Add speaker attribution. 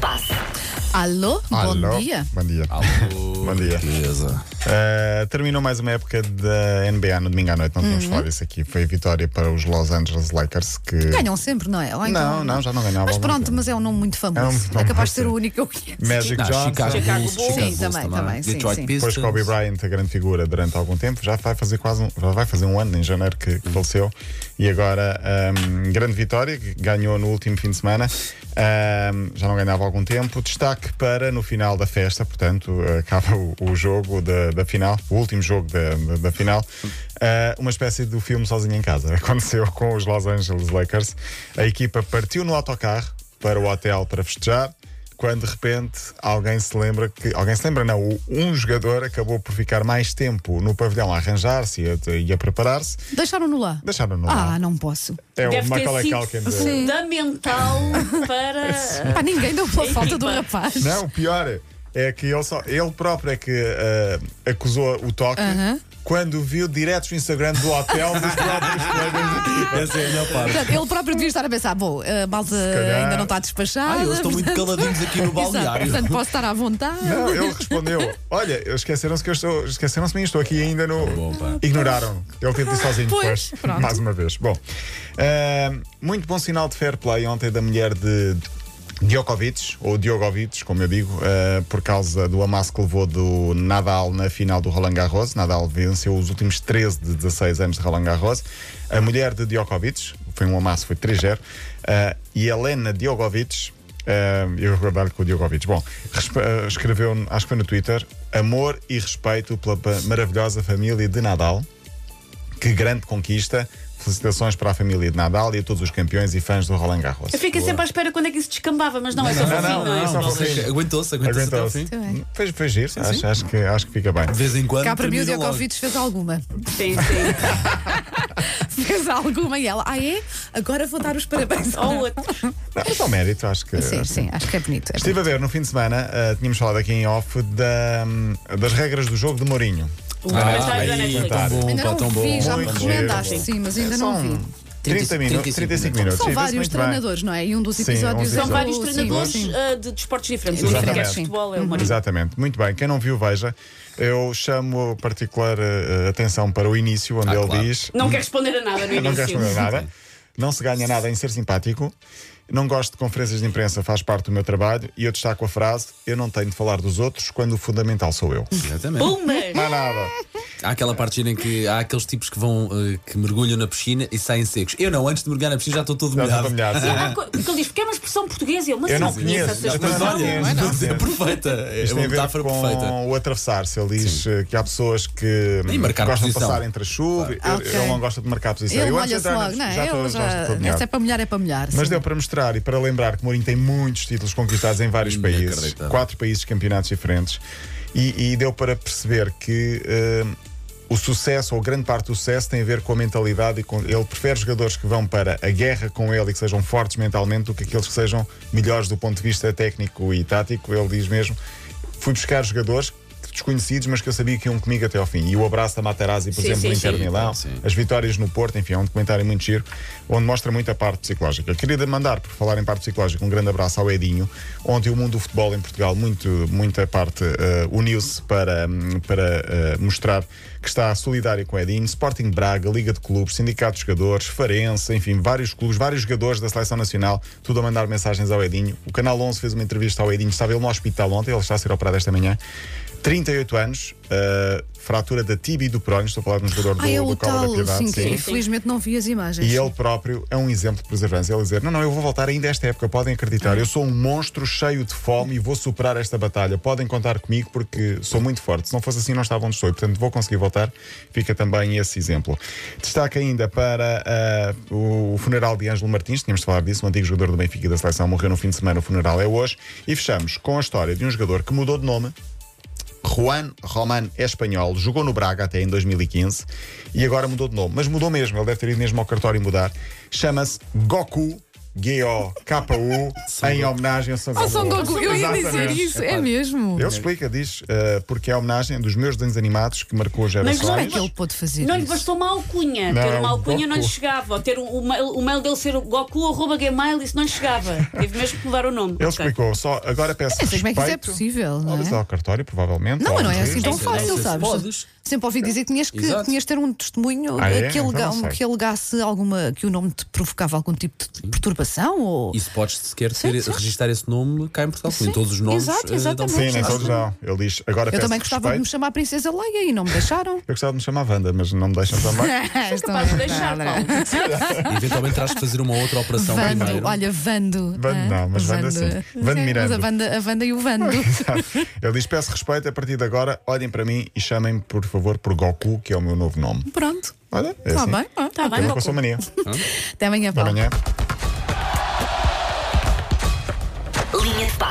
Speaker 1: passe.
Speaker 2: Alô? Bom
Speaker 3: Alô?
Speaker 2: dia.
Speaker 3: Bom dia. Bom dia.
Speaker 4: Beleza.
Speaker 3: Eh, terminou mais uma época da NBA no domingo à noite, não tínhamos
Speaker 2: Uhum.
Speaker 3: falado disso aqui. Foi vitória para os Los Angeles Lakers que.
Speaker 2: Ganham sempre, não é? Ou então-
Speaker 3: Não, não, já não ganhava.
Speaker 2: Mas
Speaker 3: há algum
Speaker 2: pronto,
Speaker 3: tempo.
Speaker 2: mas é um nome muito famoso.
Speaker 3: É um
Speaker 2: É,
Speaker 3: nome
Speaker 2: capaz de ser
Speaker 3: muito-
Speaker 2: o único que eu conheço.
Speaker 3: Magic
Speaker 4: Não,
Speaker 3: Johnson,
Speaker 4: Chicago
Speaker 1: Chicago
Speaker 4: Bulls,
Speaker 1: Bulls.
Speaker 4: Chicago
Speaker 2: Sim,
Speaker 4: Bulls
Speaker 2: também, também, sim,
Speaker 4: Detroit
Speaker 2: sim.
Speaker 4: Pistons.
Speaker 3: Depois Kobe Bryant, a grande figura durante algum tempo, já vai fazer quase um, já vai fazer um ano em janeiro que, que faleceu. E agora, ahm, grande vitória, que ganhou no último fim de semana. Ahm, já não ganhava há algum tempo. Destaque para no final da festa, portanto, acaba o, o jogo da, da final, o último jogo da, da- da final. ah, uma espécie do filme Sozinho em Casa. Aconteceu com os Los Angeles Lakers. A equipa partiu no autocarro para o hotel para festejar quando de repente alguém se lembra que. Alguém se lembra, não, o- um jogador acabou por ficar mais tempo no pavilhão a arranjar-se e a, e a preparar-se.
Speaker 2: Deixaram-no lá.
Speaker 3: Deixaram-no lá.
Speaker 2: Ah, não posso.
Speaker 3: É o
Speaker 1: Deve ter
Speaker 3: Macaulay
Speaker 1: sido
Speaker 3: Culkin. de-
Speaker 1: fundamental para.
Speaker 2: Pá, ninguém deu pela falta do
Speaker 1: Equipa.
Speaker 2: rapaz.
Speaker 3: Não, o pior é que ele, só, ele próprio é que ah, acusou o toque.
Speaker 2: Aham.
Speaker 3: Quando viu diretos no Instagram do hotel dos próprios colegas da equipa.
Speaker 4: Essa é a melhor parte.
Speaker 2: Portanto, ele próprio devia estar a pensar: bom, a malta
Speaker 3: calhar-
Speaker 2: ainda não está despachada.
Speaker 4: Ai, eles estão muito
Speaker 2: portanto-
Speaker 4: caladinhos aqui no
Speaker 2: Exato,
Speaker 4: balneário.
Speaker 2: Portanto, posso estar à vontade.
Speaker 3: Não, ele respondeu: Olha, esqueceram-se que eu estou. Esqueceram-se de mim, estou aqui ainda no.
Speaker 4: Tá Bom, pá.
Speaker 3: Ignoraram. Ele teve isso sozinho
Speaker 2: Pois,
Speaker 3: depois.
Speaker 2: pronto.
Speaker 3: Mais uma vez. Bom, ahm, muito bom sinal de fair play ontem da mulher de. Djokovic, ou Diogovic, como eu digo, ah, por causa do amasso que levou do Nadal na final do Roland Garros. Nadal venceu os últimos 13 de 16 anos de Roland Garros. A mulher de Djokovic, foi um amasso, foi 3-0, ah, e Helena Diogovic, ah, eu recordar-lhe com o Diogovic, bom, respe- ah, escreveu, acho que foi no Twitter, amor e respeito pela pa- maravilhosa família de Nadal. Que grande conquista. Felicitações para a família de Nadal e a todos os campeões e fãs do Roland Garros.
Speaker 1: Eu fiquei sempre à espera quando é que isso descambava, mas não, é só
Speaker 3: Não,
Speaker 1: no fim,
Speaker 3: não,
Speaker 1: não é?
Speaker 3: não, só
Speaker 4: Não,
Speaker 3: para o fim.
Speaker 4: mas Aguentou-se, aguentou-se até ao
Speaker 3: Aguentou-se.
Speaker 4: fim. De
Speaker 2: fim.
Speaker 3: Fez, fez giro. acho, acho que, acho que fica bem.
Speaker 4: vez em quando.
Speaker 2: Cá para mim o
Speaker 4: termina logo.
Speaker 2: Diocovites fez alguma.
Speaker 1: Sim, sim.
Speaker 2: Fez alguma e ela, ah é? Agora vou dar os parabéns
Speaker 3: É.
Speaker 2: ao
Speaker 1: Ou
Speaker 2: outro.
Speaker 1: outro.
Speaker 3: Não, mas ao mérito, acho que.
Speaker 2: Sim, sim, acho que é bonito. é
Speaker 3: Estive a ver no fim de semana, ah, tínhamos falado aqui em off da, hum, das regras do jogo de Mourinho.
Speaker 4: Ah,
Speaker 1: O documentário da
Speaker 4: aí,
Speaker 1: é Netflix.
Speaker 3: tá.
Speaker 4: tão
Speaker 3: um
Speaker 4: bom,
Speaker 2: Ainda
Speaker 4: pá,
Speaker 2: não
Speaker 4: tão bom.
Speaker 2: vi, já me
Speaker 3: Muito É
Speaker 2: recomendaste,
Speaker 3: giro.
Speaker 2: sim, mas ainda
Speaker 3: São
Speaker 2: não vi.
Speaker 3: 30 minutos, 35 minutos.
Speaker 2: São
Speaker 3: Sim, vê-se
Speaker 2: vários
Speaker 3: muito bem.
Speaker 2: treinadores, não é? E um dos
Speaker 3: Sim,
Speaker 2: episódios
Speaker 3: um
Speaker 2: é
Speaker 1: São
Speaker 3: dos-
Speaker 2: do-
Speaker 1: vários
Speaker 2: sim,
Speaker 1: treinadores
Speaker 2: sim.
Speaker 1: ah, de desportos diferentes. O
Speaker 3: Exatamente.
Speaker 1: que é futebol, é o Mourinho.
Speaker 3: Exatamente, muito bem. Quem não viu, veja. Eu chamo particular eh, atenção para o início, onde
Speaker 4: Ah,
Speaker 3: ele
Speaker 4: claro.
Speaker 3: diz.
Speaker 1: Não quer responder a nada no
Speaker 3: Eu não quero
Speaker 1: início.
Speaker 3: responder nada. Não se ganha nada em ser simpático. Não gosto de conferências de imprensa, faz parte do meu trabalho. E eu destaco a frase: Eu não tenho de falar dos outros quando o fundamental sou eu.
Speaker 4: Exatamente.
Speaker 1: Pumas!
Speaker 3: Mais nada.
Speaker 4: Há aquela parte gira em que há aqueles tipos que vão eh, que mergulham na piscina e saem secos. Eu não, antes de mergulhar na piscina já estou todo
Speaker 3: Já
Speaker 4: molhado.
Speaker 3: estou molhado, sim.
Speaker 1: Há co- que Ele diz, porque é uma expressão portuguesa. Mas
Speaker 3: Eu não
Speaker 1: a
Speaker 3: conheço. Eu
Speaker 1: sua
Speaker 4: Mas
Speaker 3: Não,
Speaker 1: expressão.
Speaker 3: não,
Speaker 4: olha,
Speaker 2: é
Speaker 3: não, não.
Speaker 4: mas aproveita. É
Speaker 3: Isto tem
Speaker 4: uma
Speaker 3: a ver
Speaker 4: metáfora
Speaker 3: com
Speaker 4: perfeita.
Speaker 3: o atravessar-se. Ele diz eh, que há pessoas que hum,
Speaker 4: E marcar
Speaker 3: gostam de
Speaker 4: posição.
Speaker 3: passar entre a chuva.
Speaker 2: Ah,
Speaker 3: Eu,
Speaker 2: ok.
Speaker 3: eu não gosto de marcar posição.
Speaker 2: Ele
Speaker 3: eu antes de
Speaker 2: molha-se
Speaker 3: entrar na-
Speaker 2: logo, não é?
Speaker 3: já estou-
Speaker 2: Ele
Speaker 3: já estou
Speaker 2: já.
Speaker 3: molhado.
Speaker 2: Essa é para molhar, é para molhar.
Speaker 3: Mas
Speaker 2: sim.
Speaker 3: deu para mostrar e para lembrar que Mourinho tem muitos títulos conquistados em vários países,
Speaker 4: Inacreditável.
Speaker 3: quatro países, campeonatos diferentes, e, e deu para perceber que hum, o sucesso, ou grande parte do sucesso, tem a ver com a mentalidade. E com, ele prefere jogadores que vão para a guerra com ele e que sejam fortes mentalmente do que aqueles que sejam melhores do ponto de vista técnico e tático. Ele diz mesmo: fui buscar jogadores. Desconhecidos, mas que eu sabia que iam comigo até ao fim. E o abraço da Materazzi, por
Speaker 1: Sim,
Speaker 3: exemplo,
Speaker 1: sim,
Speaker 3: no Inter
Speaker 1: sim.
Speaker 3: Milão,
Speaker 4: Sim.
Speaker 3: as vitórias no Porto, enfim, é um documentário muito giro, onde mostra muito a parte psicológica. Queria mandar, por falar em parte psicológica, um grande abraço ao Edinho. Ontem o mundo do futebol em Portugal, muito, muita parte eh, uniu-se para, hum, para eh, mostrar que está solidário com o Edinho. Sporting Braga, Liga de Clubes, Sindicato de Jogadores, Farense, enfim, vários clubes, vários jogadores da Seleção Nacional, tudo a mandar mensagens ao Edinho. O Canal 11 fez uma entrevista ao Edinho, estava ele no hospital ontem, ele está a ser operado esta manhã. 38 anos, eh, fratura da tibia e do prónio, estou a falar de um jogador do,
Speaker 2: Ah, é
Speaker 3: do
Speaker 2: o
Speaker 3: Cala
Speaker 2: tal,
Speaker 3: da Piedade.
Speaker 2: sim, que
Speaker 3: sim.
Speaker 2: infelizmente não vi as imagens.
Speaker 3: E ele próprio é um exemplo de perseverança. Ele dizer: Não, não, eu vou voltar ainda a esta época, podem acreditar. Eu sou um monstro cheio de fome e vou superar esta batalha. Podem contar comigo porque sou muito forte. Se não fosse assim, não estava onde estou. E, portanto, vou conseguir voltar. Fica também esse exemplo. Destaque ainda para ah, o funeral de Ângelo Martins. Tínhamos de falar disso. Um antigo jogador do Benfica e da seleção morreu no fim de semana. O funeral é hoje. E fechamos com a história de um jogador que mudou de nome. Juan Roman é espanhol, jogou no Braga até em 2015 e agora mudou de nome, mas mudou mesmo, ele deve ter ido mesmo ao cartório mudar. Chama-se Goku G-O-K-U, em homenagem ao Ah, São
Speaker 2: Ao Ah,
Speaker 3: Goku.
Speaker 2: São Goku, eu ia dizer
Speaker 3: Exatamente.
Speaker 2: isso, é
Speaker 3: Epá,
Speaker 2: mesmo.
Speaker 3: Ele explica, diz, eh, porque é a homenagem dos meus desenhos animados que marcou
Speaker 1: Mas
Speaker 3: gerações.
Speaker 2: Como é que ele pôde fazer
Speaker 1: Não lhe
Speaker 2: isso?
Speaker 1: bastou uma alcunha.
Speaker 3: Não, é um
Speaker 1: ter uma alcunha não lhe
Speaker 3: Goku.
Speaker 1: chegava. Ou ter um, o, o mail, o mail dele ser goku.gmail, isso não lhe chegava. Teve mesmo que mudar o nome.
Speaker 3: Ele
Speaker 1: Ok.
Speaker 3: explicou, só agora peço
Speaker 2: Eu não sei
Speaker 3: respeito.
Speaker 2: como é que isso é possível, não
Speaker 3: Talvez
Speaker 2: é?
Speaker 3: ao cartório, provavelmente.
Speaker 2: Não, mas
Speaker 3: ou
Speaker 2: não
Speaker 3: a um
Speaker 2: é assim
Speaker 3: juiz,
Speaker 2: tão
Speaker 3: não sei.
Speaker 4: Não sei
Speaker 2: fácil,
Speaker 4: se
Speaker 2: sabes?
Speaker 4: podes.
Speaker 2: Sempre ouvi dizer que tinhas que,
Speaker 4: Exato.
Speaker 2: tinhas de ter um testemunho
Speaker 3: Ah, é?
Speaker 2: que,
Speaker 3: Então
Speaker 2: alega-
Speaker 3: não sei.
Speaker 2: que alegasse alguma, que o nome te provocava algum tipo de perturbação ou.
Speaker 4: E se podes sequer
Speaker 2: Sim,
Speaker 4: ter,
Speaker 2: sim.
Speaker 4: registrar esse nome cá em Portugal,
Speaker 2: Sim,
Speaker 4: em todos os nomes.
Speaker 2: exato,
Speaker 4: eh,
Speaker 2: exatamente.
Speaker 4: dão-
Speaker 3: Sim, nem todos não. Ele diz, agora
Speaker 2: Eu
Speaker 3: peço
Speaker 2: também gostava de
Speaker 3: respeito.
Speaker 2: me chamar Princesa Leia e não me deixaram.
Speaker 3: Eu gostava de me chamar Wanda, mas não me deixam também.
Speaker 2: Estão
Speaker 1: Capaz de
Speaker 2: a
Speaker 1: deixar,
Speaker 2: dar.
Speaker 1: Paulo.
Speaker 4: Eventualmente terás de fazer uma outra operação
Speaker 2: Vando,
Speaker 4: primeiro.
Speaker 2: olha, Vando.
Speaker 3: Vando
Speaker 2: hã?
Speaker 3: não, mas Vando sim. Vando
Speaker 2: Sim,
Speaker 3: Miranda.
Speaker 2: Mas a Vanda, a Vanda e o Vando.
Speaker 3: Ele diz, peço respeito, a partir de agora, olhem para mim e chamem-me, por favor, por Goku, que é o meu novo nome.
Speaker 2: Pronto.
Speaker 3: Olha, é
Speaker 2: Está
Speaker 3: assim.
Speaker 2: bem, ah,
Speaker 1: Tá
Speaker 3: É
Speaker 1: bem,
Speaker 3: uma
Speaker 1: Goku.
Speaker 3: coisa mania.
Speaker 2: Até amanhã, Paulo.
Speaker 3: Amanhã.
Speaker 5: Linha de passe.